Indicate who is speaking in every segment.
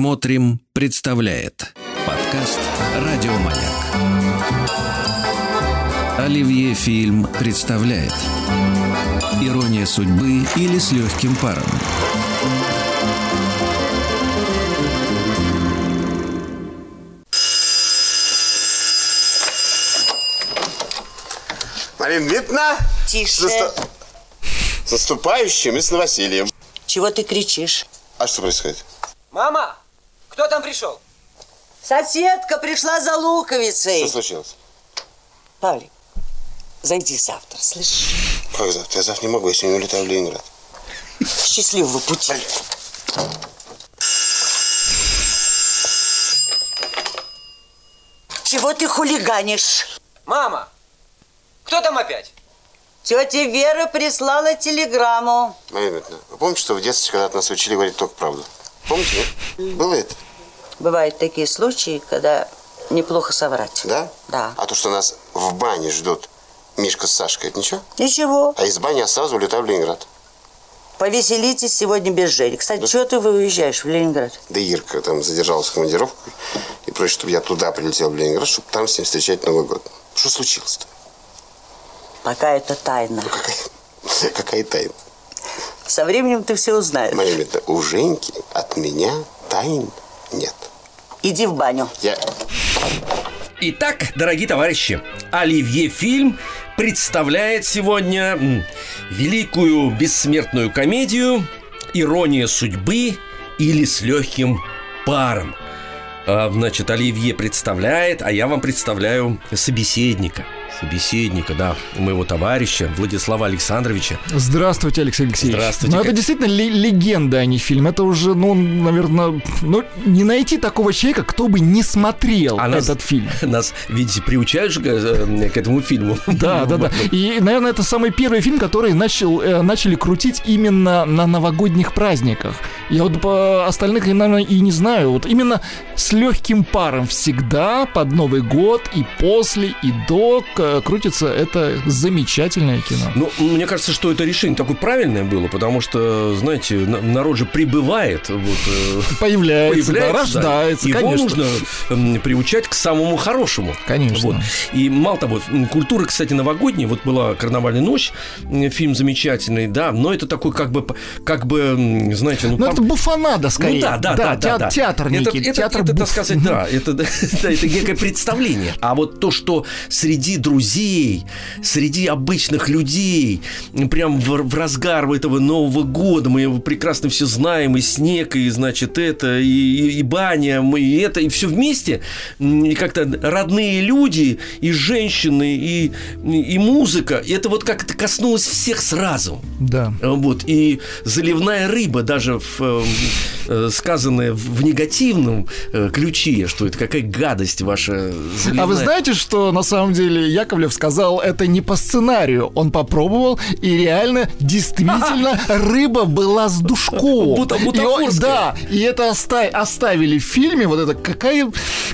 Speaker 1: Смотрим, представляет подкаст Радиомаяк. Оливье фильм представляет Ирония судьбы или с легким паром.
Speaker 2: Марина Дмитриевна,
Speaker 3: Тише.
Speaker 2: заста- с наступающим и с новосельем.
Speaker 3: Чего ты кричишь?
Speaker 2: А что происходит?
Speaker 4: Мама, кто там пришел?
Speaker 3: Соседка пришла за
Speaker 2: Что
Speaker 3: луковицей.
Speaker 2: случилось?
Speaker 3: Павлик, зайди завтра, слышишь?
Speaker 2: Как завтра? Я завтра не могу, я сегодня улетаю в Ленинград.
Speaker 3: Счастливого пути. Чего ты хулиганишь?
Speaker 4: Мама, кто там опять?
Speaker 3: Тетя Вера прислала телеграмму.
Speaker 2: Марина Дмитриевна, вы помните, что в детстве, когда нас учили говорить только правду? Помните, нет? Было это?
Speaker 3: Бывают такие случаи, когда неплохо соврать.
Speaker 2: Да?
Speaker 3: Да.
Speaker 2: А то, что нас в бане ждут Мишка с Сашкой, это ничего?
Speaker 3: Ничего,
Speaker 2: А из бани я сразу улетаю в Ленинград.
Speaker 3: повеселитесь сегодня без Жени. Кстати, чего ты выезжаешь в Ленинград?
Speaker 2: Да Ирка там задержалась в командировку и просит, чтобы я туда прилетел в Ленинград, чтобы там с ним встречать Новый год. Что случилось-то?
Speaker 3: Пока это тайна.
Speaker 2: Какая, какая тайна?
Speaker 3: Со временем ты все узнаешь.
Speaker 2: Марина Дмитриевна, у Женьки от меня тайн нет.
Speaker 3: Иди в баню.
Speaker 2: Я...
Speaker 5: Итак, дорогие товарищи, Оливье фильм представляет сегодня м, великую бессмертную комедию «Ирония судьбы» или «С легким паром». А, Значит, Оливье представляет, а я вам представляю собеседника. Собеседника, да, моего товарища Владислава Александровича.
Speaker 6: Здравствуйте, Алексей Алексеевич.
Speaker 5: Здравствуйте.
Speaker 6: Ну, это действительно ле- легенда, а не фильм. Это уже, ну, наверное, ну, не найти такого человека, кто бы не смотрел
Speaker 5: А нас-
Speaker 6: этот фильм.
Speaker 5: Нас, видите, приучают же к, э, к этому фильму.
Speaker 6: Да, да, да. И, наверное, это самый первый фильм, который начал, э, начали крутить именно на новогодних праздниках. Я вот по остальных, наверное, и не знаю. Вот именно с легким паром всегда под Новый год и после, и до э, крутится это замечательное кино.
Speaker 5: Ну, мне кажется, что это решение такое правильное было, потому что, знаете, на- народ же прибывает, вот, э, появляется,
Speaker 6: Появляется, да,
Speaker 5: да,
Speaker 6: рождается,
Speaker 5: Его
Speaker 6: конечно.
Speaker 5: нужно м, приучать к самому хорошему.
Speaker 6: Конечно.
Speaker 5: Вот. И мало того, м, культура, кстати, новогодняя. Вот была «Карнавальная ночь», м, фильм замечательный, да, но это такой как бы, как бы, м, знаете, ну,
Speaker 6: Ну,
Speaker 5: пам-
Speaker 6: это буфанада скорее.
Speaker 5: ну да, да, да, да,
Speaker 6: теа-
Speaker 5: да.
Speaker 6: Театр некий,
Speaker 5: Это, это-
Speaker 6: театр
Speaker 5: это, так
Speaker 6: буф.
Speaker 5: сказать, да, это, да, это некое представление. А вот то, что среди друзей, среди обычных людей, м, прям в, в разгар этого Нового года, мы его прекрасно все знаем, и снег, и, значит, это, и, и- и баня, мы и это, и все вместе, м, и как-то родные люди, и женщины, и, и музыка, и это вот как-то коснулось всех сразу.
Speaker 6: Да.
Speaker 5: Э, Вот, и заливная рыба, даже в, эм, э, сказанная в в негативном э, ключе, что это какая гадость ваша заливная.
Speaker 6: А вы знаете, что на самом деле Яковлев сказал, это не по сценарию. Он попробовал, и реально, действительно, рыба была с душком.
Speaker 5: Бута-
Speaker 6: И он-
Speaker 5: бутафорская.
Speaker 6: Да, и это оста- оставили в фильме, вот это какая,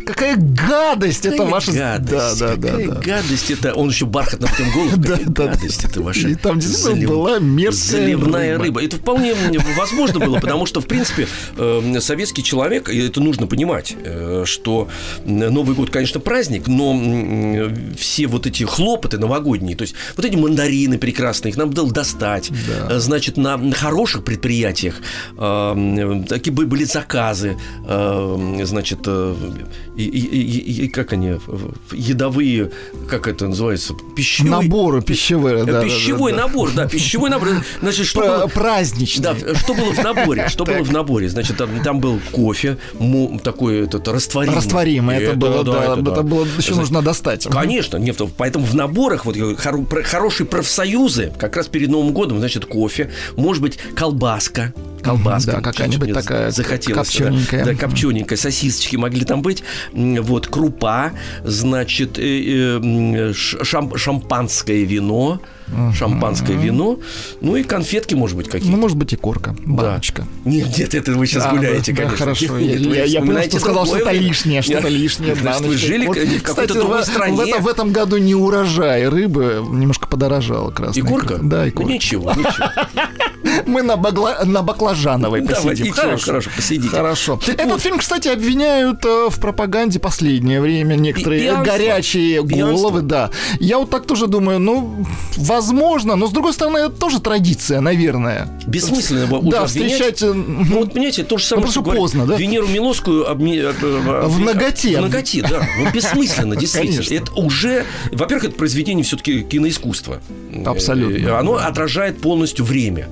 Speaker 6: какая гадость это
Speaker 5: Какая
Speaker 6: ваша... Да,
Speaker 5: гадость,
Speaker 6: да, да,
Speaker 5: какая
Speaker 6: да.
Speaker 5: гадость это, он еще бархатно в тем голосом,
Speaker 6: Да,
Speaker 5: какая
Speaker 6: да, да.
Speaker 5: гадость это ваша.
Speaker 6: И там действительно
Speaker 5: залив-
Speaker 6: была мерзкая
Speaker 5: заливная
Speaker 6: рыба.
Speaker 5: рыба. Это вполне возможно было, потому что, в принципе, э, советский человек, и это нужно понимать, э, что Новый год, конечно, праздник, но м, все вот эти хлопоты новогодние, то есть вот эти мандарины прекрасные, их нам было достать. Э, Значит, на на хороших предприятиях э, м, такие бы- были заказы, э, значит, э, и- и- и- и как они, э, в- едовые, как это называется, пищевые. Э,
Speaker 6: Наборы пищевые. да, да, да,
Speaker 5: Пищевой
Speaker 6: да.
Speaker 5: набор, да, пищевой набор. Значит, что
Speaker 6: Пра-
Speaker 5: было-
Speaker 6: Праздничный.
Speaker 5: да, э, что было в наборе? Что было в наборе? Значит, там, там был кофе, му- такой этот растворимый.
Speaker 6: Растворимое это, было, да, это, было еще
Speaker 5: Значит,
Speaker 6: нужно достать.
Speaker 5: Конечно, нет, поэтому в наборах вот э, хоро- про- хорошие профсоюзы, как раз перед Новым годом, значит, кофе, может быть, колбаска. Колбаска.
Speaker 6: да, какая-нибудь
Speaker 5: Мне
Speaker 6: такая
Speaker 5: захотелось. да.
Speaker 6: копчёненькая.
Speaker 5: Да, копчененькая. Сосисочки могли там быть. М, Вот, крупа, значит, э, э, м, ш- шам- шампанское вино. шампанское вино, ну и конфетки, может быть, какие-то.
Speaker 6: Ну, может быть, и корка, баночка.
Speaker 5: Нет, нет, это вы сейчас
Speaker 6: А,
Speaker 5: гуляете,
Speaker 6: да,
Speaker 5: конечно.
Speaker 6: хорошо.
Speaker 5: Нет,
Speaker 6: Я-
Speaker 5: вы
Speaker 6: я
Speaker 5: вспоминаете
Speaker 6: просто сказал,
Speaker 5: другое
Speaker 6: что-то
Speaker 5: время.
Speaker 6: лишнее,
Speaker 5: Нет.
Speaker 6: что-то лишнее,
Speaker 5: То
Speaker 6: да,
Speaker 5: есть вы
Speaker 6: значит,
Speaker 5: жили
Speaker 6: вот,
Speaker 5: в какой-то
Speaker 6: кстати,
Speaker 5: другой
Speaker 6: в- В
Speaker 5: стране.
Speaker 6: этом, в этом году не урожай рыбы, немножко подорожала красная.
Speaker 5: И курка?
Speaker 6: Да, и
Speaker 5: Ну,
Speaker 6: курка.
Speaker 5: Ничего, ничего.
Speaker 6: Мы на, багла- на баклажановой
Speaker 5: Ну, Давайте,
Speaker 6: посидим.
Speaker 5: ничего, хорошо, посидите.
Speaker 6: Хорошо.
Speaker 5: Так
Speaker 6: Этот
Speaker 5: вот.
Speaker 6: фильм, кстати, обвиняют э, в пропаганде последнее время. Некоторые
Speaker 5: пьянство.
Speaker 6: горячие
Speaker 5: Пьянство.
Speaker 6: головы, да. Я вот так тоже думаю, ну, возможно, но с другой стороны, это тоже традиция, наверное.
Speaker 5: Бессмысленно его уже
Speaker 6: да,
Speaker 5: обвинять.
Speaker 6: встречать... э,
Speaker 5: Ну вот, понимаете, то же самое,
Speaker 6: Ну,
Speaker 5: что
Speaker 6: потому
Speaker 5: говорят,
Speaker 6: что поздно, да?
Speaker 5: Венеру Милоскую обме- э, э,
Speaker 6: В
Speaker 5: обме-
Speaker 6: ноготе.
Speaker 5: В ноготе, да. Ну, бессмысленно, действительно.
Speaker 6: Конечно.
Speaker 5: Это уже... Во-первых, это произведение все-таки киноискусства.
Speaker 6: Абсолютно.
Speaker 5: Э, Оно отражает полностью время.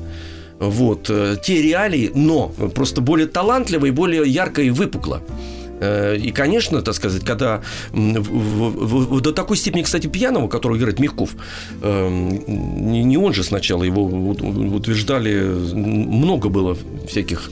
Speaker 5: Вот. э, Те реалии, но просто более талантливо и более ярко и выпукло. Э, И, конечно, так сказать, когда м, в- в- в- до такой степени, кстати, пьяного, которого играет Мягков, эм, не не он же сначала его у- у- утверждали, м, много было всяких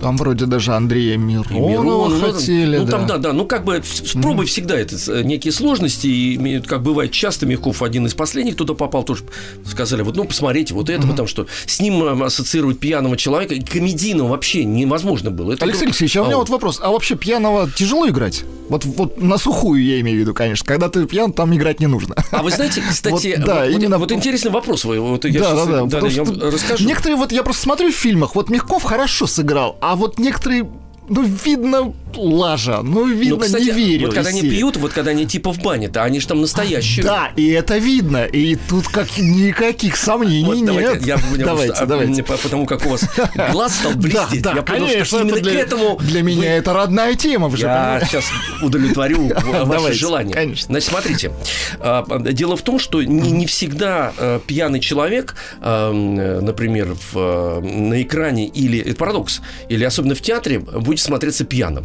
Speaker 6: Там вроде даже Андрея
Speaker 5: и
Speaker 6: Миронова,
Speaker 5: Миронова, ну,
Speaker 6: хотели,
Speaker 5: ну,
Speaker 6: да.
Speaker 5: там, да, да. Ну, как бы с с пробой всегда это э, некие сложности. И, ми- как бывает часто, Мягков один из последних, кто-то попал, тоже сказали, вот, ну, посмотрите, вот этого там, что с ним э, ассоциируют пьяного человека. И комедийного вообще невозможно было. Это
Speaker 6: Алексей
Speaker 5: был-
Speaker 6: Алексеевич, а у меня
Speaker 5: Ау.
Speaker 6: вот вопрос. А вообще пьяного тяжело играть? Вот, вот на сухую я имею в виду, конечно. Когда ты пьян, там играть не нужно.
Speaker 5: А вы знаете, кстати,
Speaker 6: Вот, да,
Speaker 5: вот, вот-
Speaker 6: именно-
Speaker 5: вот интересный вопрос вы, вот я
Speaker 6: да,
Speaker 5: щас-
Speaker 6: да, да,
Speaker 5: да,
Speaker 6: потому
Speaker 5: я вам
Speaker 6: что
Speaker 5: расскажу.
Speaker 6: Некоторые, вот я просто смотрю в фильмах, вот Мягков хорошо сыграл, а вот некоторые, ну, видно, лажа, ну, видно,
Speaker 5: Ну, кстати,
Speaker 6: не верю.
Speaker 5: вот когда они
Speaker 6: из серии.
Speaker 5: пьют, вот когда они типа в бане-то, они же там настоящие.
Speaker 6: Да, и это видно, и тут как никаких сомнений
Speaker 5: Вот, давайте,
Speaker 6: нет.
Speaker 5: я понял,
Speaker 6: давайте,
Speaker 5: что, а,
Speaker 6: давайте.
Speaker 5: мне по- Потому как у вас глаз стал
Speaker 6: Да,
Speaker 5: блестеть.
Speaker 6: да,
Speaker 5: я понял,
Speaker 6: конечно,
Speaker 5: что именно
Speaker 6: это для,
Speaker 5: к этому...
Speaker 6: для
Speaker 5: вы-
Speaker 6: меня это родная тема уже.
Speaker 5: Я сейчас удовлетворю ва- ваше
Speaker 6: Давайте,
Speaker 5: желание.
Speaker 6: конечно.
Speaker 5: Значит, смотрите. а, а, Дело в том, что не не всегда э, пьяный человек, а, м, э, например, в, э, на экране или... Это парадокс. Или особенно в театре будет смотреться пьяным.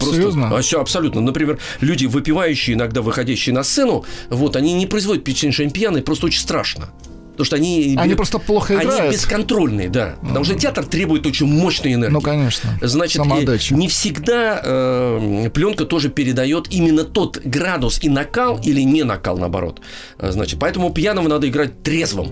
Speaker 6: Серьезно?
Speaker 5: а, всё, абсолютно. Например, люди, выпивающие, иногда выходящие на сцену, вот, они не производят впечатление, что они пьяные, просто очень страшно. Потому что они...
Speaker 6: Они просто плохо
Speaker 5: Они
Speaker 6: играют.
Speaker 5: бесконтрольные, да. Потому что театр требует очень мощной энергии.
Speaker 6: Ну, конечно.
Speaker 5: Значит,
Speaker 6: Самоотдача.
Speaker 5: э, не всегда э, пленка тоже передает именно тот градус и накал или не накал, наоборот. Э, Значит, поэтому пьяного надо играть трезвым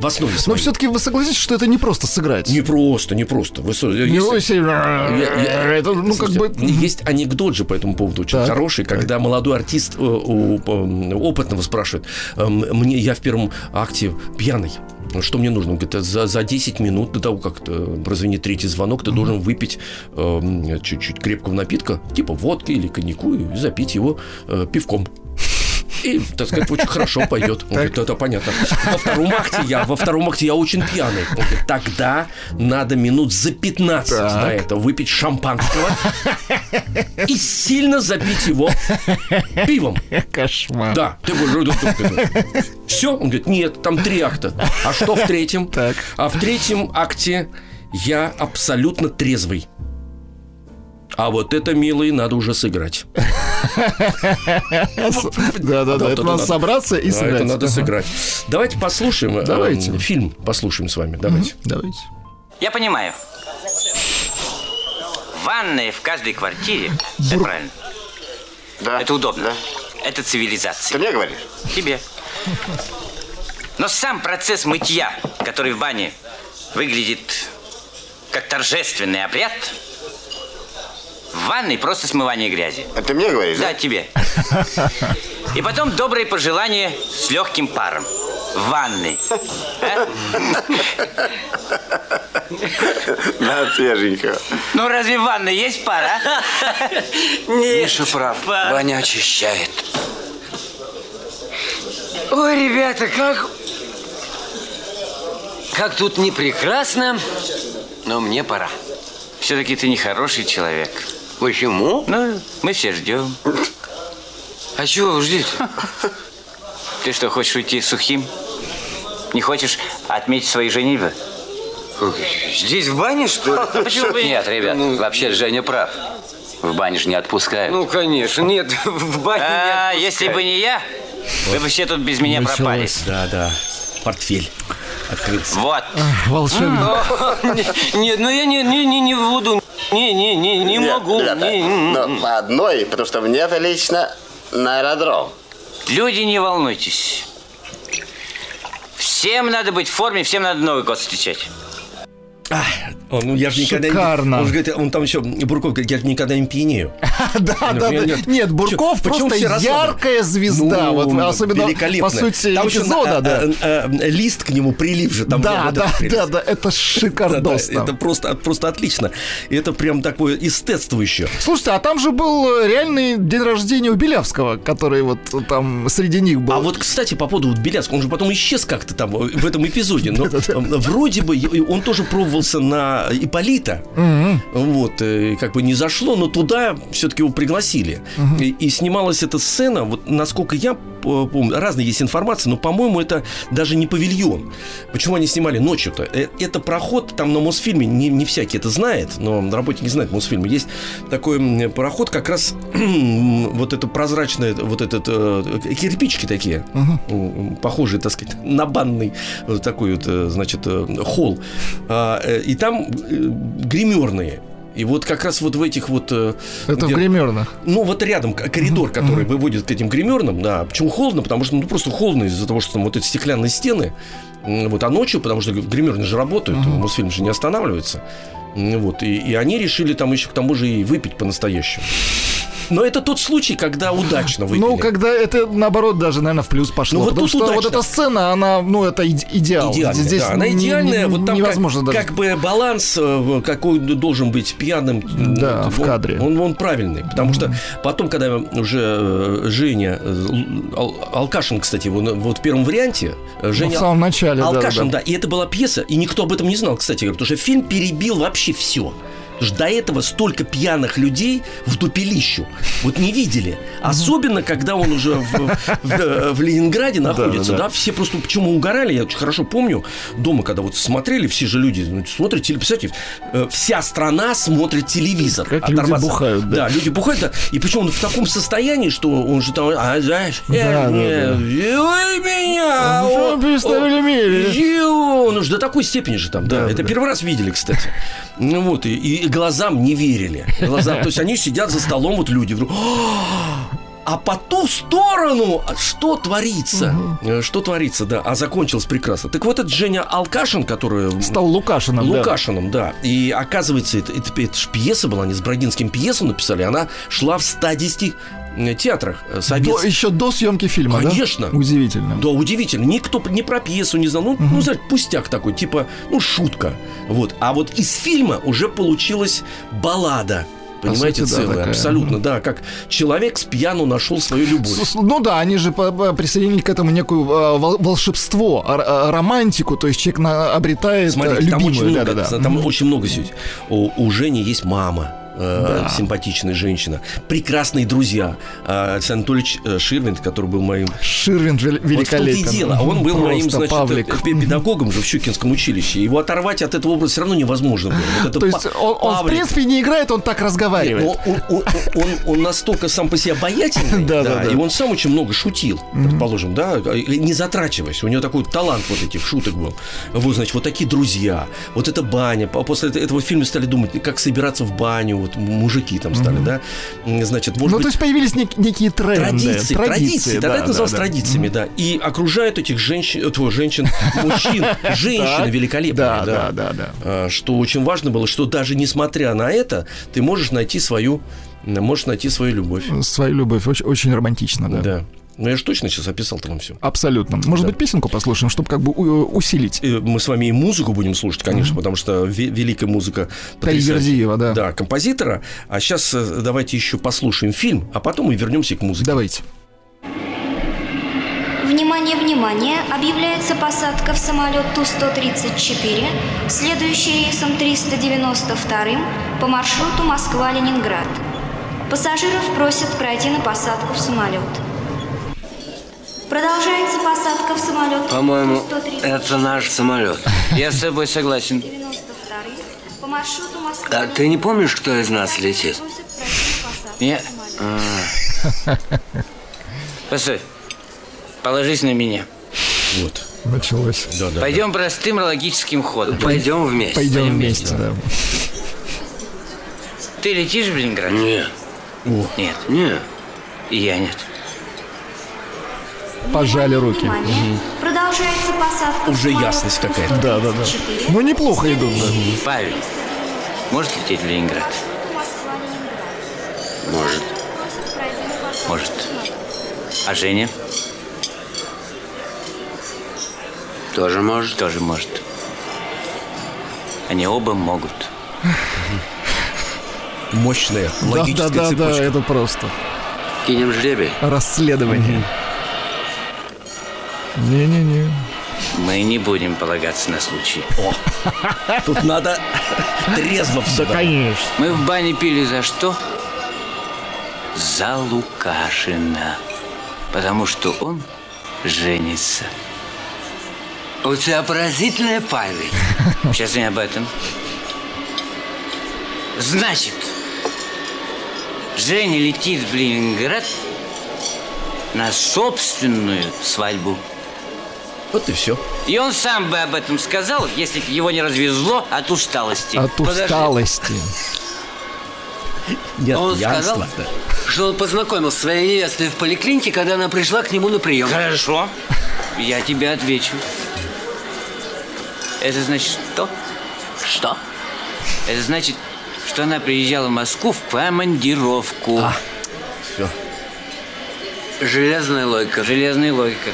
Speaker 5: в основе
Speaker 6: Но
Speaker 5: своей.
Speaker 6: все-таки вы согласитесь, что это не просто сыграть.
Speaker 5: Не просто, не просто. Вы со-
Speaker 6: Не
Speaker 5: если-
Speaker 6: лысей,
Speaker 5: я- я-
Speaker 6: Это, ну, как
Speaker 5: Слушайте,
Speaker 6: бы...
Speaker 5: Есть анекдот же по этому поводу очень
Speaker 6: Так.
Speaker 5: хороший, когда молодой артист э, у э, опытного спрашивает, «Эм, мне, я в первом акте пьяный, что мне нужно? Он говорит, «А за, за 10 минут до того, как э, прозвенит третий звонок, ты должен выпить эм, чуть-чуть крепкого напитка, типа водки или коньяку, и запить его э, пивком. И, так сказать, очень хорошо пойдет. Он говорит, это понятно. Во втором акте я, во втором акте я очень пьяный. Он говорит, тогда надо минут за 15 до этого выпить шампанского и сильно запить его пивом.
Speaker 6: Кошмар.
Speaker 5: Да. Ты Все? Он говорит, нет, там три акта. А что в третьем?
Speaker 6: Так.
Speaker 5: А в третьем акте я абсолютно трезвый. А вот это, милый, надо уже сыграть.
Speaker 6: Да, да,
Speaker 5: ну, Да,
Speaker 6: да.
Speaker 5: это
Speaker 6: Это надо
Speaker 5: надо.
Speaker 6: собраться и
Speaker 5: Да, Это
Speaker 6: сыграть.
Speaker 5: надо
Speaker 6: Ага.
Speaker 5: сыграть. Давайте послушаем э,
Speaker 6: Давайте.
Speaker 5: фильм. Послушаем с вами. Давайте.
Speaker 6: Давайте.
Speaker 7: Я понимаю. Ванная в каждой квартире. Это правильно.
Speaker 2: Да.
Speaker 7: Это удобно.
Speaker 2: Да. Ты
Speaker 7: Это цивилизация.
Speaker 2: мне говоришь?
Speaker 7: Тебе. Но сам процесс мытья, который в бане выглядит как торжественный обряд, в ванной просто смывание грязи.
Speaker 2: А ты мне говоришь?
Speaker 7: Да, тебе. И потом добрые пожелания с легким паром. В ванной. А?
Speaker 2: На свеженького.
Speaker 7: Ну разве в ванной есть пара? а?
Speaker 4: Миша прав.
Speaker 7: Пар.
Speaker 4: Баня очищает. Ой, ребята, как... Как тут не прекрасно, но мне пора.
Speaker 7: Все-таки ты нехороший человек.
Speaker 4: Почему?
Speaker 7: Ну, мы все ждем.
Speaker 4: А чего вы ждете?
Speaker 7: Ты что, хочешь уйти сухим? Не хочешь отметить свои женитьбы?
Speaker 4: Здесь в бане, что ли?
Speaker 7: Почему бы
Speaker 8: Нет, ребят, вообще Женя прав. В бане же не отпускают.
Speaker 4: Ну, конечно, нет, в бане
Speaker 7: А,
Speaker 4: не
Speaker 7: если бы
Speaker 4: отпускают.
Speaker 7: не я, вы бы все тут без меня
Speaker 6: Началось.
Speaker 7: пропали.
Speaker 5: Да, да. Портфель открылся.
Speaker 7: Вот.
Speaker 6: Волшебник.
Speaker 4: Нет, ну я не, не, не, не буду. Не, не, не, не
Speaker 2: Нет,
Speaker 4: могу.
Speaker 2: ребята,
Speaker 4: Не, м, м.
Speaker 2: но по одной, потому что мне-то лично на аэродром.
Speaker 7: Люди, не волнуйтесь. Всем надо быть в форме, всем надо Новый год встречать.
Speaker 5: Ах, он, ну, я же никогда
Speaker 6: Шикарно.
Speaker 5: не...
Speaker 6: А,
Speaker 5: Он же говорит, он там еще, Бурков говорит, я же никогда не пьянею.
Speaker 6: Да, да, да.
Speaker 5: Нет.
Speaker 6: Нет,
Speaker 5: ну,
Speaker 6: Бурков
Speaker 5: Чё, почему
Speaker 6: просто
Speaker 5: все расслаблены?
Speaker 6: яркая звезда.
Speaker 5: Ну,
Speaker 6: Вот особенно
Speaker 5: великолепно.
Speaker 6: по сути
Speaker 5: Там еще,
Speaker 6: эпизода,
Speaker 5: а,
Speaker 6: да.
Speaker 5: а, а, Лист к нему прилив же. Там
Speaker 6: Да,
Speaker 5: вот
Speaker 6: да,
Speaker 5: эта прелесть.
Speaker 6: да, да, это
Speaker 5: Да, да,
Speaker 6: шикардос. там.
Speaker 5: это просто, просто отлично. Это прям такое эстетствующее.
Speaker 6: Слушайте, а там же был э, реальный день рождения у Белявского, который вот э, там среди них был.
Speaker 5: А вот, кстати, по поводу вот Беляцкого, он же потом исчез как-то там э, в этом эпизоде, но э, вроде бы и- он тоже пробовался на Иполита, вот, э, как бы не зашло, но туда все-таки его пригласили. И, и снималась эта сцена, вот насколько я э, помню, разная есть информация, но, по-моему, это даже не павильон. Почему они снимали ночью-то? Э, Это проход, там на Мосфильме, не, не всякий это знает, но работники знают Мосфильма, есть такой м, пароход, как раз вот это прозрачное, вот этот, э, кирпичики такие, м, похожие, так сказать, на банный э, такой вот, э, значит, э, холл. А, э, И там э, гримерные. И вот как раз вот в этих вот... э,
Speaker 6: это в
Speaker 5: где-
Speaker 6: гримерных.
Speaker 5: ну, вот рядом к- коридор, который выводит к этим гримерным, да. Почему холодно? Потому что, ну, просто холодно из-за того, что там вот эти стеклянные стены. М, Вот, а ночью, потому что гримерные же работают, Мосфильм же не останавливается. М, Вот, и, и они решили там еще к тому же и выпить по-настоящему. Но это тот случай, когда удачно выпили.
Speaker 6: Ну, когда это, наоборот, даже, наверное, в плюс пошло.
Speaker 5: Ну, вот
Speaker 6: потому
Speaker 5: тут
Speaker 6: что вот
Speaker 5: удачно.
Speaker 6: эта сцена, она, ну, это иде- идеал.
Speaker 5: Идеальная,
Speaker 6: Здесь
Speaker 5: да, она
Speaker 6: не- не-
Speaker 5: идеальная, вот там как- как,
Speaker 6: невозможно даже.
Speaker 5: бы баланс, э, какой должен быть пьяным. м,
Speaker 6: Да, в
Speaker 5: он-
Speaker 6: кадре.
Speaker 5: Он, он правильный, потому что потом, когда уже э, Женя, э, Ал- Алкашин, кстати, его на- вот в первом варианте, э,
Speaker 6: Ну, в
Speaker 5: Женя
Speaker 6: самом начале, да, да,
Speaker 5: Алкашин, да,
Speaker 6: да.
Speaker 5: и это была пьеса, и никто об этом не знал, кстати, говоря, потому что фильм перебил вообще все. Потому что до этого столько пьяных людей в дупелищу вот не видели. Особенно, когда он уже в, в- в Ленинграде находится,
Speaker 6: да.
Speaker 5: да, все просто почему угорали, я очень хорошо помню, дома, когда вот смотрели, все же люди ну, смотрят теле- представьте, э, вся страна смотрит телевизор.
Speaker 6: Как люди
Speaker 5: Оторваться.
Speaker 6: бухают, да.
Speaker 5: Да, люди бухают, да. И причем он в таком состоянии, что он же там, а, знаешь, э,
Speaker 6: Да, да,
Speaker 5: э,
Speaker 6: да.
Speaker 5: вы меня,
Speaker 6: Ну Вы
Speaker 5: А о,
Speaker 6: представили
Speaker 5: о,
Speaker 6: мире.
Speaker 5: Ё, ну же до такой степени же там, да.
Speaker 6: Да,
Speaker 5: Это
Speaker 6: да.
Speaker 5: первый раз видели, кстати. Ну вот, и, и глазам не верили. Глазам, то есть они сидят за столом, вот люди вдруг. «А!» А по ту сторону а что творится? Э, Что творится, да. А закончилось прекрасно. Так вот, этот Женя Алкашин, который...
Speaker 6: Стал Лукашином, да.
Speaker 5: Лукашином, да. И оказывается, это, это, это ж пьеса была, они с Бродинским пьесу написали, она шла в 110 театрах э,
Speaker 6: До-
Speaker 5: советских.
Speaker 6: еще до съемки фильма, да?
Speaker 5: Конечно.
Speaker 6: Удивительно.
Speaker 5: Да, удивительно. Никто п- не про пьесу не знал. Ну, ну, знаете, пустяк такой, типа, ну, шутка. Вот. А вот из фильма уже получилась баллада. Понимаете,
Speaker 6: сути, да,
Speaker 5: целая.
Speaker 6: такая.
Speaker 5: Абсолютно, да. Как человек с пьяну нашел свою любовь.
Speaker 6: С- с- Ну да, они же по- по- присоединили к этому некую э, вол- волшебство, р- э, романтику, то есть человек на- обретает э,
Speaker 5: Смотрите, там очень
Speaker 6: любимую.
Speaker 5: много,
Speaker 6: Да, да, да.
Speaker 5: там очень много сюжет. У, у Жени есть мама. э, симпатичная женщина, прекрасные друзья. Э, Александр Анатольевич э, Ширвинд, который был моим
Speaker 6: Ширвин вел-
Speaker 5: Вот в том-то
Speaker 6: великолепен.
Speaker 5: и дело. А Он был
Speaker 6: Просто
Speaker 5: моим, значит,
Speaker 6: Павлик.
Speaker 5: э, педагогом же в Щукинском училище. Его оторвать от этого образа все равно невозможно было. Вот это
Speaker 6: То есть
Speaker 5: Па-
Speaker 6: он, он, в
Speaker 5: Павлик.
Speaker 6: принципе не играет, он так
Speaker 5: Нет,
Speaker 6: разговаривает.
Speaker 5: но он, он- он- он- он настолько сам по себе обаятельный,
Speaker 6: Да,
Speaker 5: да,
Speaker 6: да, да.
Speaker 5: и он сам очень много шутил, предположим, да, э, и не затрачиваясь. У него такой талант вот этих шуток был. Вот, значит, вот такие друзья, вот эта баня. А После это- этого фильма стали думать, как собираться в баню, вот мужики там стали, да. М, Значит, может
Speaker 6: ну,
Speaker 5: быть,
Speaker 6: то есть появились нек- некие тренды.
Speaker 5: Традиции, традиции, тогда
Speaker 6: да,
Speaker 5: это называлось
Speaker 6: да, да.
Speaker 5: традициями, да. И окружают этих женщин, э, тьфу, женщин, мужчин, женщины великолепные,
Speaker 6: Да,
Speaker 5: да.
Speaker 6: да, да, да.
Speaker 5: А, Что очень важно было, что даже несмотря на это, ты можешь найти свою, м, можешь найти свою любовь.
Speaker 6: Свою любовь, очень, очень романтично, да.
Speaker 5: Да. Ну я же точно сейчас описал там все.
Speaker 6: Абсолютно. Может быть, песенку послушаем, чтобы как бы у- усилить.
Speaker 5: Мы с вами и музыку будем слушать, конечно, потому что ве- великая музыка потрясающая.
Speaker 6: Тайгердиева, да.
Speaker 5: Да, композитора. А сейчас давайте еще послушаем фильм, а потом мы вернемся к музыке.
Speaker 6: Давайте.
Speaker 9: Внимание, внимание! Объявляется посадка в самолет Ту-134, следующий рейсом 392 по маршруту Москва-Ленинград. Пассажиров просят пройти на посадку в самолет. Продолжается посадка в самолет
Speaker 7: По-моему,
Speaker 9: Ту-134,
Speaker 7: это наш самолет. Я с тобой согласен.
Speaker 9: 92 по маршруту Москва.
Speaker 7: А ты не помнишь, кто из нас летит?
Speaker 9: Просят пройти на посадку
Speaker 7: Я-
Speaker 9: в самолет.
Speaker 7: Постой. Положись на меня.
Speaker 5: Вот.
Speaker 6: Началось.
Speaker 5: Да, да.
Speaker 7: Пойдем простым логическим ходом. Пойдем вместе.
Speaker 6: Пойдем вместе, да.
Speaker 7: Ты летишь в Ленинград? Нет. Нет. Нет. И я нет.
Speaker 6: Пожали руки.
Speaker 9: Внимание. Продолжается Продолжается посадка
Speaker 5: Уже
Speaker 9: самолета
Speaker 5: ясность какая-то.
Speaker 6: Да, да, да.
Speaker 9: 134.
Speaker 6: Ну, неплохо идут, да.
Speaker 7: Павел, может лететь в Ленинград? Может. Может. А Женя? Тоже может. Тоже может. Они оба могут.
Speaker 5: Мощная
Speaker 6: Да, да,
Speaker 5: логическая
Speaker 6: да, да,
Speaker 5: цепочка.
Speaker 6: это просто
Speaker 7: Кинем жребий.
Speaker 6: расследование. Не-не-не.
Speaker 7: Мы не будем полагаться на случай.
Speaker 5: Тут надо трезво всегда.
Speaker 6: Конечно.
Speaker 7: Мы в бане пили за что? За Лукашина. Потому что он женится. У тебя поразительная память. Сейчас не об этом. Значит, Женя летит в Ленинград на собственную свадьбу.
Speaker 5: Вот и все.
Speaker 7: И он сам бы об этом сказал, если бы его не развезло от усталости.
Speaker 6: От
Speaker 7: Подожди.
Speaker 6: усталости.
Speaker 5: Нет,
Speaker 10: Он
Speaker 5: пьянство.
Speaker 10: сказал?
Speaker 5: Да.
Speaker 10: Что он познакомился с своей невестой в поликлинике, когда она пришла к нему на прием.
Speaker 7: Хорошо. Я тебе отвечу. Это значит что? Что? Это значит, что она приезжала в Москву в командировку.
Speaker 5: Все.
Speaker 10: Железная логика.
Speaker 7: Железная логика.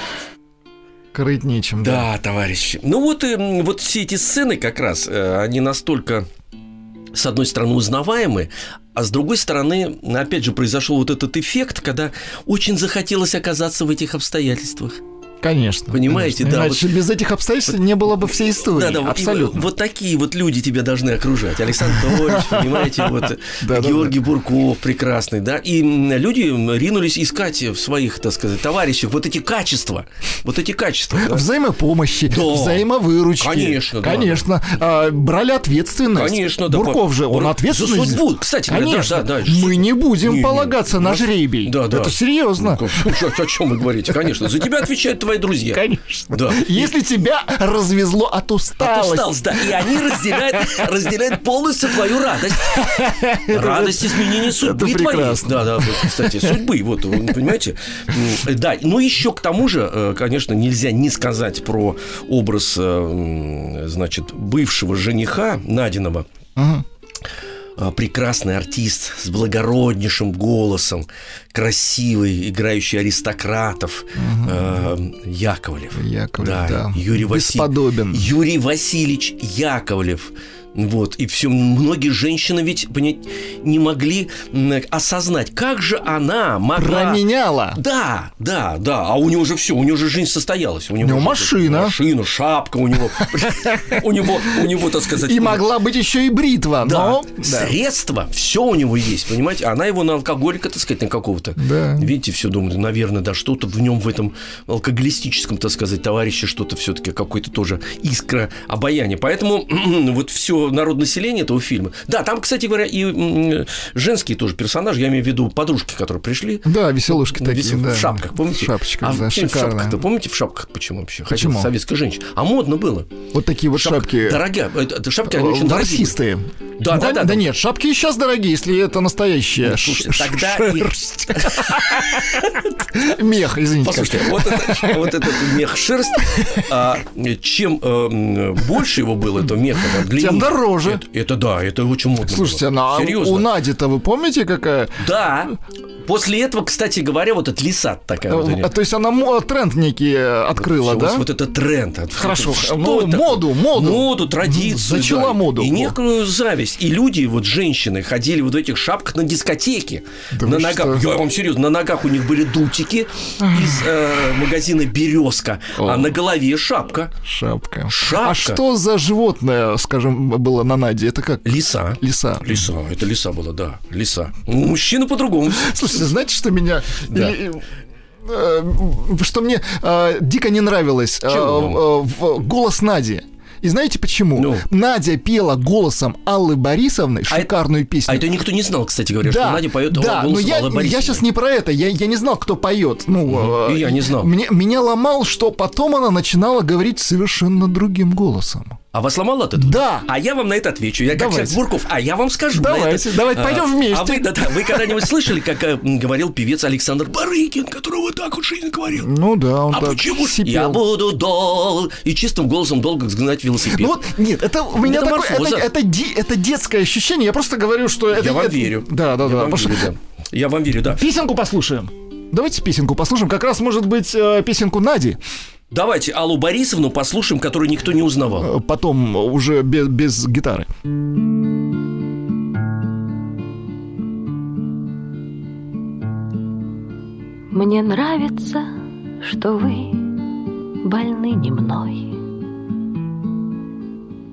Speaker 6: Крыть нечем, да.
Speaker 5: Да, товарищи. Ну вот, и, м, вот все эти сцены как раз, э, они настолько, с одной стороны, узнаваемы, а с другой стороны, опять же, произошел вот этот эффект, когда очень захотелось оказаться в этих обстоятельствах.
Speaker 6: Конечно.
Speaker 5: Понимаете,
Speaker 6: конечно.
Speaker 5: да,
Speaker 6: Иначе без этих обстоятельств не было бы всей истории.
Speaker 5: Да, да, вот и
Speaker 6: Ну, Абсолютно.
Speaker 5: вот- вот такие вот люди тебя должны окружать. Александр Анатольевич, понимаете, вот
Speaker 6: да, да.
Speaker 5: Георгий Бурков прекрасный, да. И м, люди м, ринулись искать в своих, так сказать, товарищах вот эти качества. Вот эти качества. да.
Speaker 6: Взаимопомощи,
Speaker 5: Да.
Speaker 6: взаимовыручки.
Speaker 5: Конечно, да.
Speaker 6: Конечно. А, брали ответственность.
Speaker 5: Конечно, да.
Speaker 6: Бурков же, он
Speaker 5: Бур-
Speaker 6: ответственный.
Speaker 5: За судьбу, кстати говоря, да,
Speaker 6: Конечно.
Speaker 5: да, да.
Speaker 6: Мы не будем
Speaker 5: Не, не,
Speaker 6: полагаться на жребий.
Speaker 5: Да, да.
Speaker 6: Это серьезно.
Speaker 5: Ну, о чем вы говорите? Конечно. За тебя отвечают твои друзья.
Speaker 6: Конечно.
Speaker 5: Да.
Speaker 6: Если тебя развезло от усталости.
Speaker 5: Усталость, да. И они разделяют, разделяют полностью твою радость. Радость изменения судьбы твоей.
Speaker 6: это прекрасно.
Speaker 5: Да, да, вот, кстати, судьбы, вот, вы понимаете. М, Да, ну еще к тому же, э, конечно, нельзя не сказать про образ, э, м, значит, бывшего жениха Надиного. А, прекрасный артист с благороднейшим голосом, красивый, играющий аристократов, э, Яковлев.
Speaker 6: Яковлев, да.
Speaker 5: Юрий Васи-
Speaker 6: Бесподобен.
Speaker 5: Юрий Васильевич Яковлев. Вот, и все, многие женщины ведь понять, не могли м, осознать, как же она могла...
Speaker 6: Променяла.
Speaker 5: Да, да, да. А у него же все, у него же жизнь состоялась. У него,
Speaker 6: него
Speaker 5: же
Speaker 6: машина.
Speaker 5: Машина, шапка у него. У него, у него, так сказать...
Speaker 6: И могла быть еще и бритва,
Speaker 5: Да,
Speaker 6: но...
Speaker 5: средства, все у него есть, понимаете? Она его на алкоголика, так сказать, на какого-то.
Speaker 6: Да.
Speaker 5: Видите, все думают, наверное, да, что-то в нем, в этом алкоголистическом, так сказать, товарище, что-то все-таки какой-то тоже искра обаяния. Поэтому вот все народное население этого фильма. Да, там, кстати говоря, и м, женские тоже персонажи, я имею в виду подружки, которые пришли.
Speaker 6: Да, веселушки такие,
Speaker 5: Весел-
Speaker 6: да.
Speaker 5: В шапках, помните?
Speaker 6: В шапочках,
Speaker 5: а
Speaker 6: да,
Speaker 5: почему в
Speaker 6: шикарно.
Speaker 5: шапках-то? Помните в шапках почему вообще?
Speaker 6: Почему?
Speaker 5: Хотя советская женщина. А модно было.
Speaker 6: Вот такие вот шапки. э,
Speaker 5: Дорогие. Это, это шапки, они очень дорогие.
Speaker 6: Ворсистые.
Speaker 5: Да, да, да,
Speaker 6: Да
Speaker 5: да.
Speaker 6: нет, шапки и сейчас дорогие, если это настоящая
Speaker 5: Нет, слушайте,
Speaker 6: ш-
Speaker 5: тогда
Speaker 6: ш-
Speaker 5: и-
Speaker 6: шерсть. Мех, извините.
Speaker 5: Послушайте, вот, это- вот этот мех шерсть, а, чем э, м, больше его было, этого меха, да, длиннее,
Speaker 6: Тем дороже.
Speaker 5: Это, это да, это очень модно.
Speaker 6: как. Слушайте,
Speaker 5: было.
Speaker 6: она
Speaker 5: Серьезно.
Speaker 6: у Нади-то вы помните, какая?
Speaker 5: Да. После этого, кстати говоря, вот от лиса такая вот. у нее.
Speaker 6: А, То есть она мо- тренд некий э, открыла,
Speaker 5: Всё,
Speaker 6: да?
Speaker 5: Вот это тренд. Вот
Speaker 6: Хорошо,
Speaker 5: это-
Speaker 6: ну,
Speaker 5: это?
Speaker 6: моду, моду.
Speaker 5: Моду, традицию.
Speaker 6: Зачала
Speaker 5: да.
Speaker 6: моду.
Speaker 5: И
Speaker 6: Во.
Speaker 5: некую зависть. И люди, вот женщины, ходили вот в этих шапках на дискотеке.
Speaker 6: Да
Speaker 5: на
Speaker 6: вы
Speaker 5: ногах,
Speaker 6: что?
Speaker 5: я вам серьезно, на ногах у них были дутики из э, магазина «Березка», а на голове шапка.
Speaker 6: Шапка.
Speaker 5: Шапка.
Speaker 6: А что за животное, скажем, было на Наде? Это как?
Speaker 5: Лиса.
Speaker 6: Лиса.
Speaker 5: Лиса, это лиса была, да, лиса. Ну, мужчина по-другому.
Speaker 6: Слушайте, знаете, что меня...
Speaker 5: Да.
Speaker 6: э, э, Что мне э, дико не нравилось? Э,
Speaker 5: Чего?
Speaker 6: э, в- Голос Нади. И знаете почему?
Speaker 5: Ну.
Speaker 6: Надя пела голосом Аллы Борисовны шикарную песню.
Speaker 5: А это никто не знал, кстати говоря, что Надя поет
Speaker 6: да, но
Speaker 5: голос
Speaker 6: я,
Speaker 5: Аллы Борисовны.
Speaker 6: я сейчас не про это, я, я не знал, кто поет. Ну,
Speaker 5: Мгм.
Speaker 6: э,
Speaker 5: И я не знал.
Speaker 6: Мне, меня ломал, что потом она начинала говорить совершенно другим голосом.
Speaker 5: А А вас ломало от этого?
Speaker 6: Да.
Speaker 5: А я вам на это отвечу. Я как
Speaker 6: Давайте.
Speaker 5: Сергей Бурков. А я вам скажу. на
Speaker 6: Давайте,
Speaker 5: это.
Speaker 6: давайте,
Speaker 5: А,
Speaker 6: пойдем вместе.
Speaker 5: А вы, да, да, вы когда-нибудь слышали, как э, м, говорил певец Александр Барыкин, которого так вот жизнь говорил?
Speaker 6: Ну да, он
Speaker 5: А
Speaker 6: так
Speaker 5: почему ж
Speaker 6: сипел.
Speaker 5: я буду дол... И чистым голосом долго сгнать велосипед.
Speaker 6: Ну вот, нет, это у меня такое,
Speaker 5: Метаморфоза.
Speaker 6: это, это, ди- это детское ощущение. Я просто говорю, что это...
Speaker 5: я вам
Speaker 6: это-
Speaker 5: верю.
Speaker 6: Да, да,
Speaker 5: Я
Speaker 6: да.
Speaker 5: вам
Speaker 6: Потому что-
Speaker 5: верю, да. Я вам верю, да.
Speaker 6: Песенку послушаем. Давайте песенку послушаем. Как раз, может быть, э, песенку Нади.
Speaker 5: Давайте Аллу Борисовну послушаем, которую никто не узнавал.
Speaker 6: Э, Потом э, уже без, без гитары.
Speaker 11: Мне нравится, что вы больны не мной.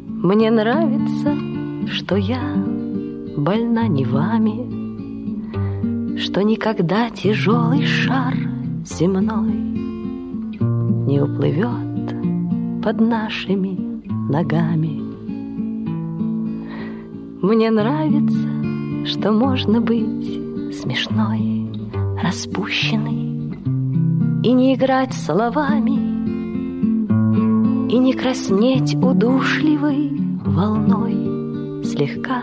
Speaker 11: Мне нравится, что я больна не вами, что никогда тяжелый шар земной не уплывет под нашими ногами. Мне нравится, что можно быть смешной распущенный И не играть словами И не краснеть удушливой волной Слегка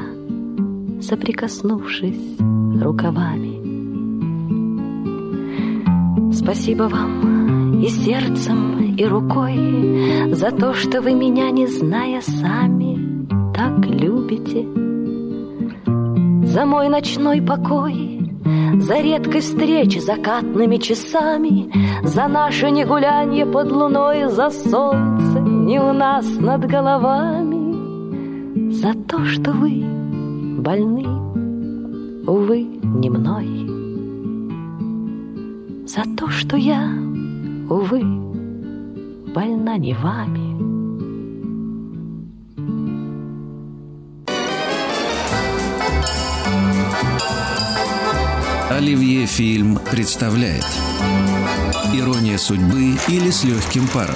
Speaker 11: соприкоснувшись рукавами Спасибо вам и сердцем, и рукой За то, что вы меня, не зная сами, так любите За мой ночной покой за редкой встречи закатными часами, За наше негулянье под луной, За солнце не у нас над головами, За то, что вы больны, увы, не мной, За то, что я, увы, больна не вами.
Speaker 1: Оливье Фильм представляет Ирония судьбы или с легким паром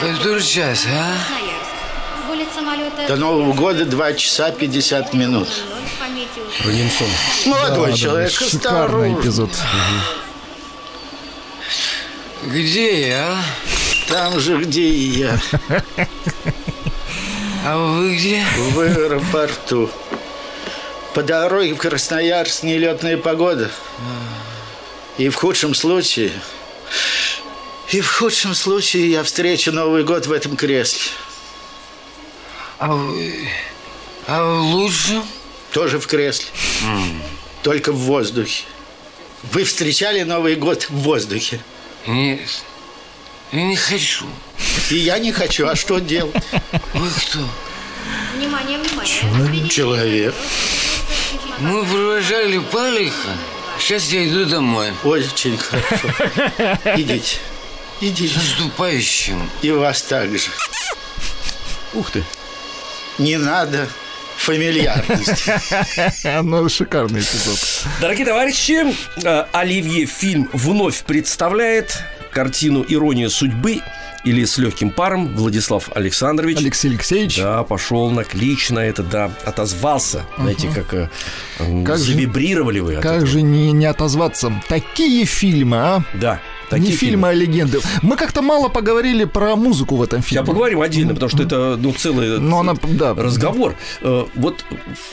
Speaker 7: Который час, а?
Speaker 9: Вылет самолета...
Speaker 12: До Нового года 2 часа 50 минут.
Speaker 5: Про Немцова.
Speaker 12: Молодой человек,
Speaker 6: Шикарный
Speaker 12: осторожно.
Speaker 6: эпизод.
Speaker 7: Где я?
Speaker 12: Там же, где и я.
Speaker 7: А вы где?
Speaker 12: В аэропорту. По дороге в Красноярск нелетная погода. И в худшем случае... И в худшем случае я встречу Новый год в этом кресле.
Speaker 7: А вы... А в лучшем?
Speaker 12: Тоже в кресле. Только в воздухе. Вы встречали Новый год в воздухе?
Speaker 7: Нет. Я не хочу.
Speaker 12: И я не хочу. А что делать?
Speaker 7: Вы кто?
Speaker 9: Внимание, внимание.
Speaker 12: Человек.
Speaker 7: Мы провожали Палиха. Сейчас я иду домой.
Speaker 12: Очень хорошо. Идите. Идите.
Speaker 7: С наступающим.
Speaker 12: И вас также.
Speaker 5: Ух ты.
Speaker 12: Не надо фамильярности.
Speaker 6: Ну, шикарный эпизод.
Speaker 5: Дорогие товарищи, э, Оливье фильм вновь представляет картину «Ирония судьбы» или «С легким паром» Владислав Александрович.
Speaker 6: Алексей Алексеевич.
Speaker 5: Да, пошел на клич на это, да, отозвался. Знаете, как, э, м,
Speaker 6: Как же-
Speaker 5: завибрировали вы от
Speaker 6: Как
Speaker 5: этого.
Speaker 6: же не, не отозваться? Такие фильмы, а?
Speaker 5: Да,
Speaker 6: не
Speaker 5: такие
Speaker 6: фильмы, а легенды. Мы как-то мало поговорили про музыку в этом
Speaker 5: Сейчас
Speaker 6: фильме.
Speaker 5: поговорим отдельно, потому что это ну, целый
Speaker 6: Но она, да.
Speaker 5: разговор. Э, Вот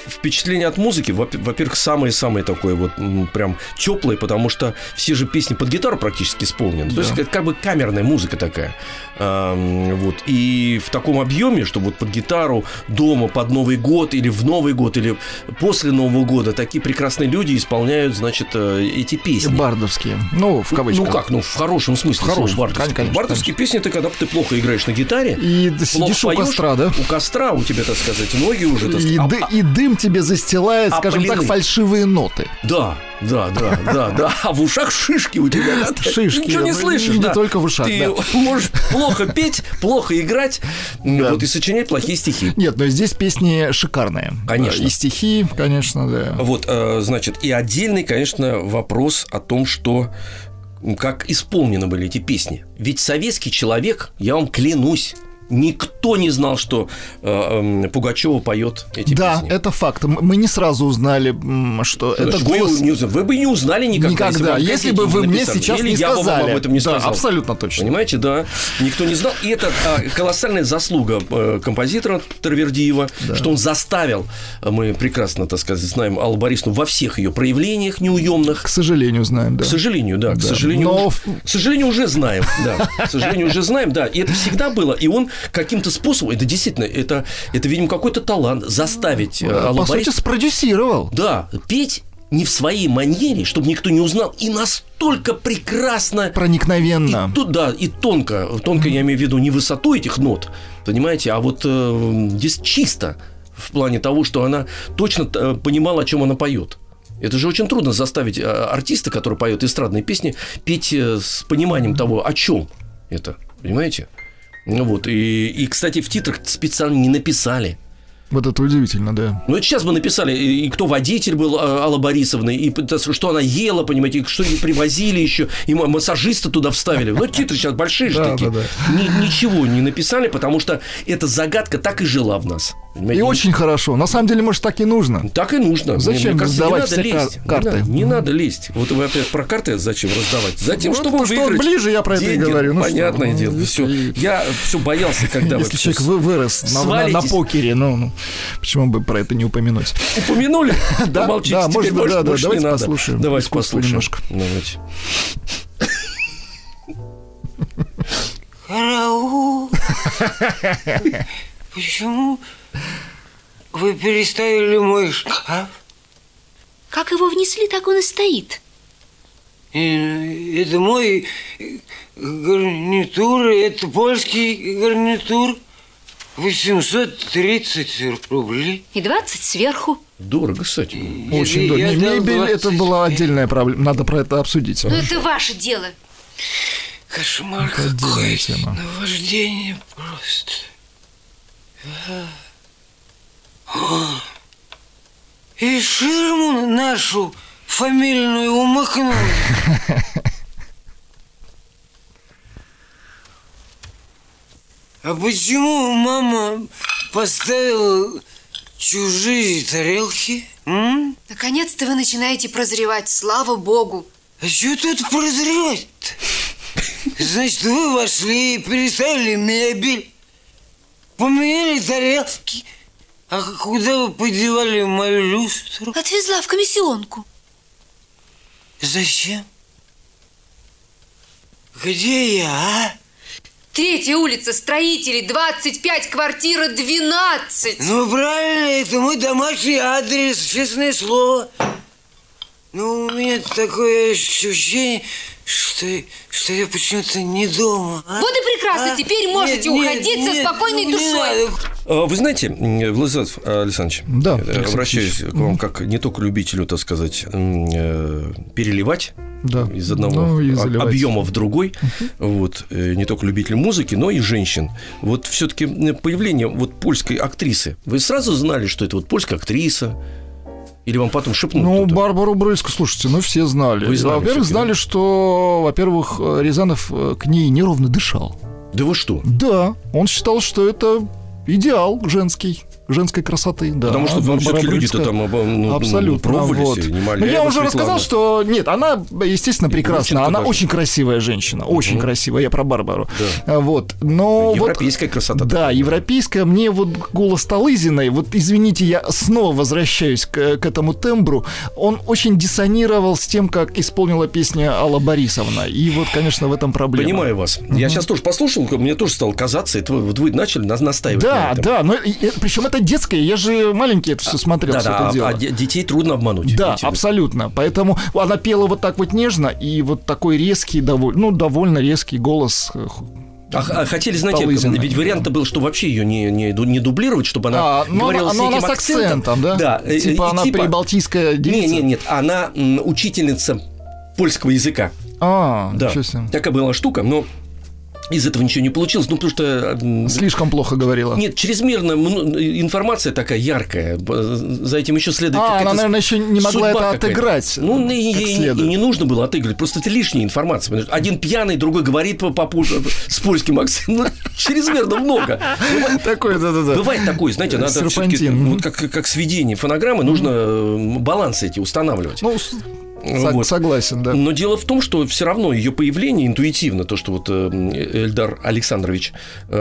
Speaker 5: в- впечатление от музыки, во- во-первых, самое-самое такое вот м, прям теплое, потому что все же песни под гитару практически исполнены. То есть это как бы камерная музыка такая. Эм, Вот. И в таком объеме, что вот под гитару дома, под Новый год или в Новый год, или после Нового года такие прекрасные люди исполняют, значит, э, эти песни.
Speaker 6: Бардовские. Ну, в кавычках.
Speaker 5: Ну как, ну в хорошем смысле.
Speaker 6: В хорошем,
Speaker 5: слова бардовские.
Speaker 6: конечно,
Speaker 5: Бардовские песни это когда ты плохо играешь на гитаре.
Speaker 6: И ты
Speaker 5: плохо
Speaker 6: сидишь у
Speaker 5: поешь,
Speaker 6: костра, да?
Speaker 5: У костра у тебя, так сказать, ноги уже, так
Speaker 6: И,
Speaker 5: сказать,
Speaker 6: ды-
Speaker 5: а- а-
Speaker 6: и дым тебе застилает, скажем так,
Speaker 5: опалены.
Speaker 6: фальшивые ноты.
Speaker 5: Да, а, да, да, да, да. А в ушах шишки у тебя. да, ты
Speaker 6: Шишки,
Speaker 5: Ничего не
Speaker 6: ну,
Speaker 5: слышишь.
Speaker 6: не
Speaker 5: да.
Speaker 6: только в ушах,
Speaker 5: Ты
Speaker 6: да.
Speaker 5: можешь плохо петь, плохо играть, ну, вот и сочинять плохие стихи.
Speaker 6: Нет, но здесь песни шикарные.
Speaker 5: Конечно.
Speaker 6: И стихи, конечно, да.
Speaker 5: Вот, э, значит, и отдельный, конечно, вопрос о том, что м, как исполнены были эти песни. Ведь советский человек, я вам клянусь, Никто не знал, что э, э, Пугачева поет эти
Speaker 6: да,
Speaker 5: песни.
Speaker 6: это факт. М- Мы не сразу узнали, м, что
Speaker 5: Потому
Speaker 6: это
Speaker 5: что
Speaker 6: голос...
Speaker 5: Вы, не уз- вы бы и не узнали никогда.
Speaker 6: Никогда.
Speaker 5: вам в
Speaker 6: Если
Speaker 5: газете
Speaker 6: бы
Speaker 5: не
Speaker 6: вы мне
Speaker 5: написали.
Speaker 6: сейчас
Speaker 5: Или
Speaker 6: не
Speaker 5: я бы вам
Speaker 6: сказали.
Speaker 5: об этом не
Speaker 6: Да,
Speaker 5: сказал.
Speaker 6: абсолютно точно.
Speaker 5: Понимаете, да. Никто не знал. И это а, колоссальная заслуга э, композитора Тарвердиева, что он заставил, э, мы прекрасно, так сказать, знаем Аллу Борисовну во всех ее проявлениях неуемных.
Speaker 6: К сожалению, знаем, да.
Speaker 5: К сожалению, да, к
Speaker 6: Да.
Speaker 5: сожалению,
Speaker 6: Но
Speaker 5: уж- к сожалению, уже знаем, да, к сожалению, уже знаем, да, и это всегда было, и он каким-то способом, это действительно, это, это, видимо, какой-то талант заставить э, Аллу
Speaker 6: По сути,
Speaker 5: Борисовну-
Speaker 6: спродюсировал.
Speaker 5: да, петь не в своей манере, чтобы никто не узнал, и настолько прекрасно...
Speaker 6: Проникновенно.
Speaker 5: И, ту- да, и тонко. Тонко я имею в виду не высоту этих нот, понимаете, а вот э, здесь чисто в плане того, что она точно э, понимала, о чем она поет. Это же очень трудно заставить э, артиста, который поет эстрадные песни, петь э, с пониманием того, о чем это, понимаете? Ну вот, и, и, кстати, в титрах специально не написали,
Speaker 6: Вот это удивительно, да.
Speaker 5: ну, это сейчас бы написали, и и кто водитель был а, Аллы Борисовны, и п- так, что она ела, понимаете, и что ей привозили еще, и ма- массажиста туда вставили. Ну, титры сейчас большие же
Speaker 6: Да,
Speaker 5: такие.
Speaker 6: да,
Speaker 5: Ни- Ничего не написали, потому что эта загадка так и жила в нас.
Speaker 6: И
Speaker 5: понимаете?
Speaker 6: очень хорошо. На самом деле, может, так и нужно.
Speaker 5: Так и нужно. Мне-
Speaker 6: Зачем
Speaker 5: мне кажется,
Speaker 6: раздавать
Speaker 5: не надо
Speaker 6: все кар-
Speaker 5: лезть. Не
Speaker 6: карты?
Speaker 5: надо- Не, надо лезть. Вот вы опять про карты зачем раздавать? Затем,
Speaker 6: Ну,
Speaker 5: чтобы
Speaker 6: потому что он
Speaker 5: выиграть
Speaker 6: ближе, я про это и
Speaker 5: деньги.
Speaker 6: говорю. Ну, что,
Speaker 5: Понятное
Speaker 6: ну,
Speaker 5: дело. Все. Я все боялся, когда
Speaker 6: Если
Speaker 5: вообще
Speaker 6: человек вы- вырос на, на- на
Speaker 5: свалитесь.
Speaker 6: покере, ну, ну, почему бы про это не упомянуть?
Speaker 5: упомянули.
Speaker 6: Да,
Speaker 5: Помолчите,
Speaker 6: да,
Speaker 5: теперь
Speaker 6: может быть,
Speaker 5: больше-
Speaker 6: да, да,
Speaker 5: больше не
Speaker 6: давайте
Speaker 5: надо.
Speaker 6: послушаем.
Speaker 5: Давайте
Speaker 6: Искусство
Speaker 5: послушаем.
Speaker 6: немножко.
Speaker 5: Давайте.
Speaker 4: Караул! Почему вы переставили мой шкаф?
Speaker 13: Как его внесли, так он и стоит.
Speaker 4: И Это мой э, гарнитур, это польский гарнитур. 830 рублей.
Speaker 13: И 20 сверху.
Speaker 5: Дорого, кстати.
Speaker 6: Очень дорого.
Speaker 4: я
Speaker 6: Не,
Speaker 4: дал
Speaker 6: Мебель, это была отдельная проблема. Надо про это обсудить.
Speaker 13: Ну, это ваше дело.
Speaker 4: Кошмар
Speaker 6: Это отдельная
Speaker 4: какой.
Speaker 6: тема.
Speaker 4: Наваждение просто. А. Да. О! А. И ширму нашу фамильную умыкнули. А почему мама поставила чужие тарелки? М?
Speaker 13: Наконец-то вы начинаете прозревать, слава богу.
Speaker 4: А что тут прозревать-то? Значит, вы вошли, переставили мебель, поменяли тарелки. А куда вы подевали мою люстру?
Speaker 13: Отвезла в комиссионку.
Speaker 4: Зачем? Где я, а?
Speaker 13: Третья улица, строителей, 25, квартира 12.
Speaker 4: Ну, правильно, это мой домашний адрес, честное слово. Ну, у меня такое ощущение, что, что я почему-то не дома. а?
Speaker 13: Вот и прекрасно,
Speaker 4: А?
Speaker 13: теперь
Speaker 4: Нет,
Speaker 13: можете
Speaker 4: нет,
Speaker 13: уходить со
Speaker 4: нет,
Speaker 13: спокойной
Speaker 4: ну, не
Speaker 13: душой.
Speaker 4: надо.
Speaker 5: А, Вы знаете, м, Владислав Александрович,
Speaker 6: Да,
Speaker 5: э,
Speaker 6: Александр
Speaker 5: обращаюсь
Speaker 6: Алексеевич.
Speaker 5: к вам как не только любителю, так сказать, м, э, переливать
Speaker 6: Да.
Speaker 5: из одного
Speaker 6: Ну, и
Speaker 5: а-
Speaker 6: заливать.
Speaker 5: объема в другой, вот, э, не только любитель музыки, но и женщин. Вот все-таки появление вот польской актрисы, вы сразу знали, что это вот польская актриса? Или вам потом шепнул
Speaker 6: Ну,
Speaker 5: кто-то?
Speaker 6: Барбару Брыльску, слушайте, ну все знали.
Speaker 5: Вы знали
Speaker 6: во-первых,
Speaker 5: всё-таки,
Speaker 6: знали, что, во-первых, э, Рязанов э, к ней неровно дышал.
Speaker 5: Да вы
Speaker 6: Ну,
Speaker 5: что?
Speaker 6: Да, он считал, что это идеал женский, женской красоты. Да.
Speaker 5: Потому что
Speaker 6: А
Speaker 5: вам
Speaker 6: Барбара
Speaker 5: все-таки люди-то
Speaker 6: Брыльска-
Speaker 5: там об- ну,
Speaker 6: Абсолютно.
Speaker 5: пробовались,
Speaker 6: вот.
Speaker 5: и не
Speaker 6: Но я
Speaker 5: Маляева
Speaker 6: уже
Speaker 5: Светлана.
Speaker 6: рассказал, что нет, она, естественно, прекрасна.
Speaker 5: Гурченко
Speaker 6: Она
Speaker 5: тоже.
Speaker 6: очень красивая женщина. Очень красивая. Я про Барбару. А, Вот. Но
Speaker 5: Европейская красота.
Speaker 6: вот, да, европейская. Мне вот голос Талызиной, вот извините, я снова возвращаюсь к, к этому тембру. Он очень диссонировал с тем, как исполнила песня Алла Борисовна. И вот, конечно, в этом проблема.
Speaker 5: Понимаю вас. Я сейчас тоже послушал, мне тоже стало казаться, это вы, вот вы начали нас настаивать. на
Speaker 6: Да,
Speaker 5: этом.
Speaker 6: да, но причем это детское, я же маленький это все смотрел,
Speaker 5: Да,
Speaker 6: все
Speaker 5: да,
Speaker 6: это
Speaker 5: а-
Speaker 6: дело.
Speaker 5: а де- детей трудно обмануть.
Speaker 6: Да,
Speaker 5: Видите,
Speaker 6: абсолютно. Поэтому она пела вот так вот нежно, и вот такой резкий, довольно, ну, довольно резкий голос. э, х-
Speaker 5: А, а хотели, знаете,
Speaker 6: Полызина.
Speaker 5: ведь вариант-то был, что вообще ее не, не, ду- не дублировать, чтобы она
Speaker 6: А, ну,
Speaker 5: говорила
Speaker 6: она- ну,
Speaker 5: с
Speaker 6: она
Speaker 5: неким
Speaker 6: с акцентом, да?
Speaker 5: э,
Speaker 6: Типа
Speaker 5: и
Speaker 6: она прибалтийская девица?
Speaker 5: Не, не, нет, она м, учительница польского языка.
Speaker 6: А,
Speaker 5: Да,
Speaker 6: ничего себе.
Speaker 5: такая была штука, но из этого ничего не получилось, ну, потому что... м,
Speaker 6: Слишком плохо говорила.
Speaker 5: Нет, чрезмерно мно- информация такая яркая. б- За этим еще следует...
Speaker 6: А,
Speaker 5: какая-то
Speaker 6: она,
Speaker 5: с-
Speaker 6: наверное, еще не могла
Speaker 5: судьба
Speaker 6: это
Speaker 5: какая-то.
Speaker 6: отыграть,
Speaker 5: Ну, и,
Speaker 6: как
Speaker 5: и-
Speaker 6: следует.
Speaker 5: и не нужно было отыгрывать. Просто это лишняя информация. потому что Один пьяный, другой говорит по попу- с польским акцентом. Ну, чрезмерно много. Ну,
Speaker 6: Такой, да-да-да.
Speaker 5: Бывает такое, знаете, надо
Speaker 6: Серпантин,
Speaker 5: всё-таки,
Speaker 6: мгм.
Speaker 5: вот как, как сведение фонограммы, нужно э, балансы эти устанавливать.
Speaker 6: Ну, с- сог-
Speaker 5: Вот.
Speaker 6: согласен, да.
Speaker 5: Но дело в том, что все равно ее появление интуитивно, то, что вот э, Эльдар Александрович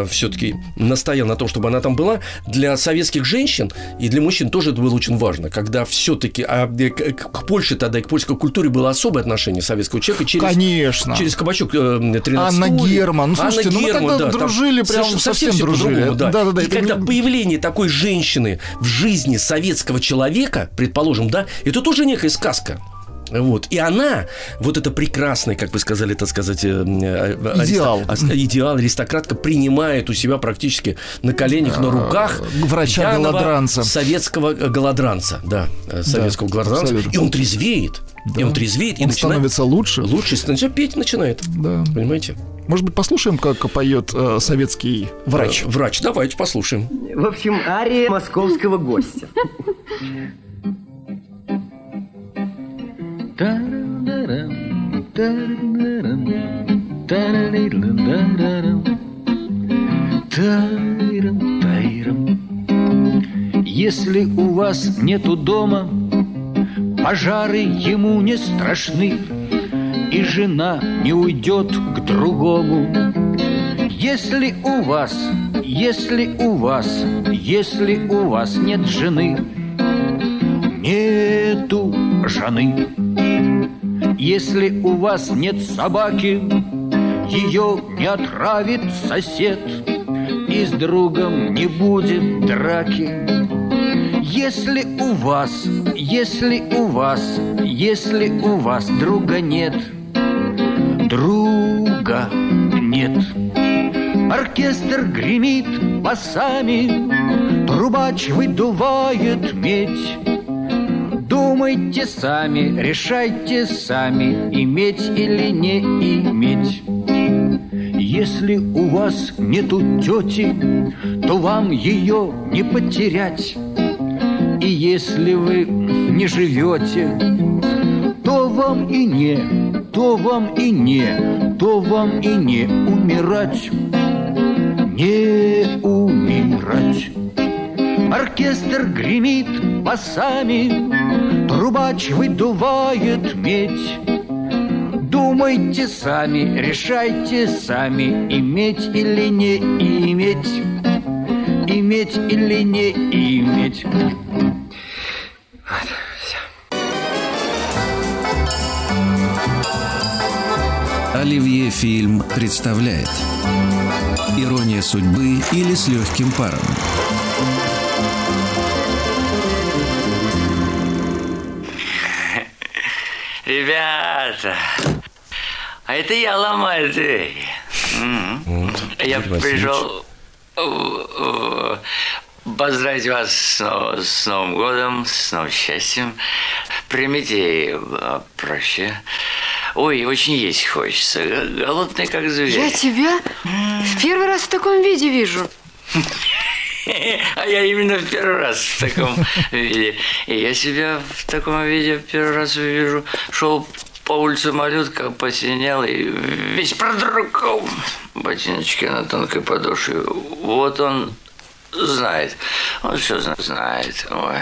Speaker 5: все-таки настоял на том, чтобы она там была, для советских женщин и для мужчин тоже это было очень важно, когда все-таки к, к Польше тогда и к польской культуре было особое отношение советского человека через,
Speaker 6: Конечно.
Speaker 5: через кабачок э, 13
Speaker 6: Анна Герман. Ну, слушайте, ну, мы тогда
Speaker 5: там
Speaker 6: дружили, прям
Speaker 5: совершенно-
Speaker 6: совсем
Speaker 5: всё
Speaker 6: дружили.
Speaker 5: по-другому, Да.
Speaker 6: Да-да-да,
Speaker 5: И
Speaker 6: это
Speaker 5: когда
Speaker 6: не-
Speaker 5: появление такой женщины в жизни советского человека, предположим, да, это тоже некая сказка. Вот. И она, вот эта прекрасная, как вы сказали, так сказать, э, э, ариста-
Speaker 6: Идеал.
Speaker 5: ас- идеал, аристократка, принимает у себя практически на коленях, на руках
Speaker 6: А, врача
Speaker 5: пьяного
Speaker 6: голодранца.
Speaker 5: советского э, голодранца, да, э, советского
Speaker 6: Да,
Speaker 5: голодранца.
Speaker 6: абсолютно.
Speaker 5: И он трезвеет, и он трезвеет, и
Speaker 6: Он
Speaker 5: начинает
Speaker 6: становится лучше.
Speaker 5: лучше, сначала петь начинает,
Speaker 6: Да.
Speaker 5: понимаете?
Speaker 6: Может быть, послушаем, как поет э, советский врач?
Speaker 5: Э, Врач, давайте послушаем.
Speaker 14: В общем, ария московского гостя.
Speaker 15: Тайрам, тайрам. Если у вас нету дома, пожары ему не страшны, и жена не уйдет к другому. Если у вас, если у вас, если у вас нет жены, нету жены. Если у вас нет собаки, ее не отравит сосед, и с другом не будет драки. Если у вас, если у вас, если у вас друга нет, друга нет. Оркестр гремит басами, трубач выдувает медь. Думайте сами, решайте сами, иметь или не иметь. Если у вас нету тети, то вам ее не потерять. И если вы не живете, то вам и не, то вам и не, то вам и не умирать. Не умирать. Оркестр гремит басами, трубач выдувает медь. Думайте сами, решайте сами, иметь или не иметь, иметь или не иметь.
Speaker 4: а?
Speaker 1: Оливье Фильм представляет Ирония судьбы или с легким паром
Speaker 7: Ребята, а это я ломаю дверь. Мгм. Я
Speaker 5: Игорь Васильевич.
Speaker 7: пришел э, э, поздравить вас с, но- с Новым годом, с новым счастьем. Примите э, проще. Ой, очень есть хочется. Г- Голодный, как
Speaker 13: Я
Speaker 7: зверь.
Speaker 13: тебя в первый раз в таком виде вижу.
Speaker 7: А я именно в первый раз в таком виде. И я себя в таком виде в первый раз вижу. Шел по улице малют, как посинел, и весь продруком. Ботиночки на тонкой подошве. Вот он знает. Он все знает. Ой.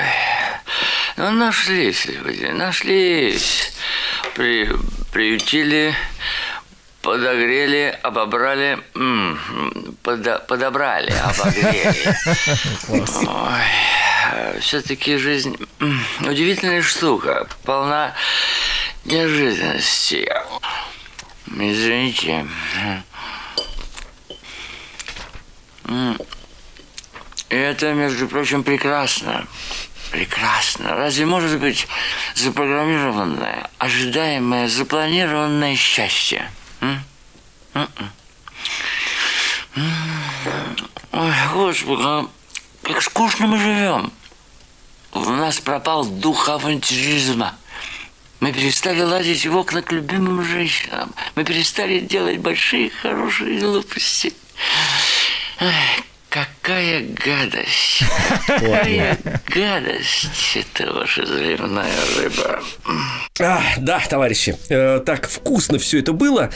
Speaker 7: Ну, нашлись люди, нашлись. При, приютили, подогрели, обобрали, м, м, пода- подобрали, а обогрели. Все-таки жизнь м, удивительная штука, полна неожиданностей. Извините. М. И это, между прочим, прекрасно. Прекрасно. Разве может быть запрограммированное, ожидаемое, запланированное счастье? М? М-м. М. Ой, Господи, а как скучно мы живем. У нас пропал дух авантюризма. Мы перестали лазить в окна к любимым женщинам. Мы перестали делать большие хорошие глупости. Ах, какая гадость. Какая гадость. Это ваша заливная рыба.
Speaker 5: А, да, товарищи, э, так вкусно все это было.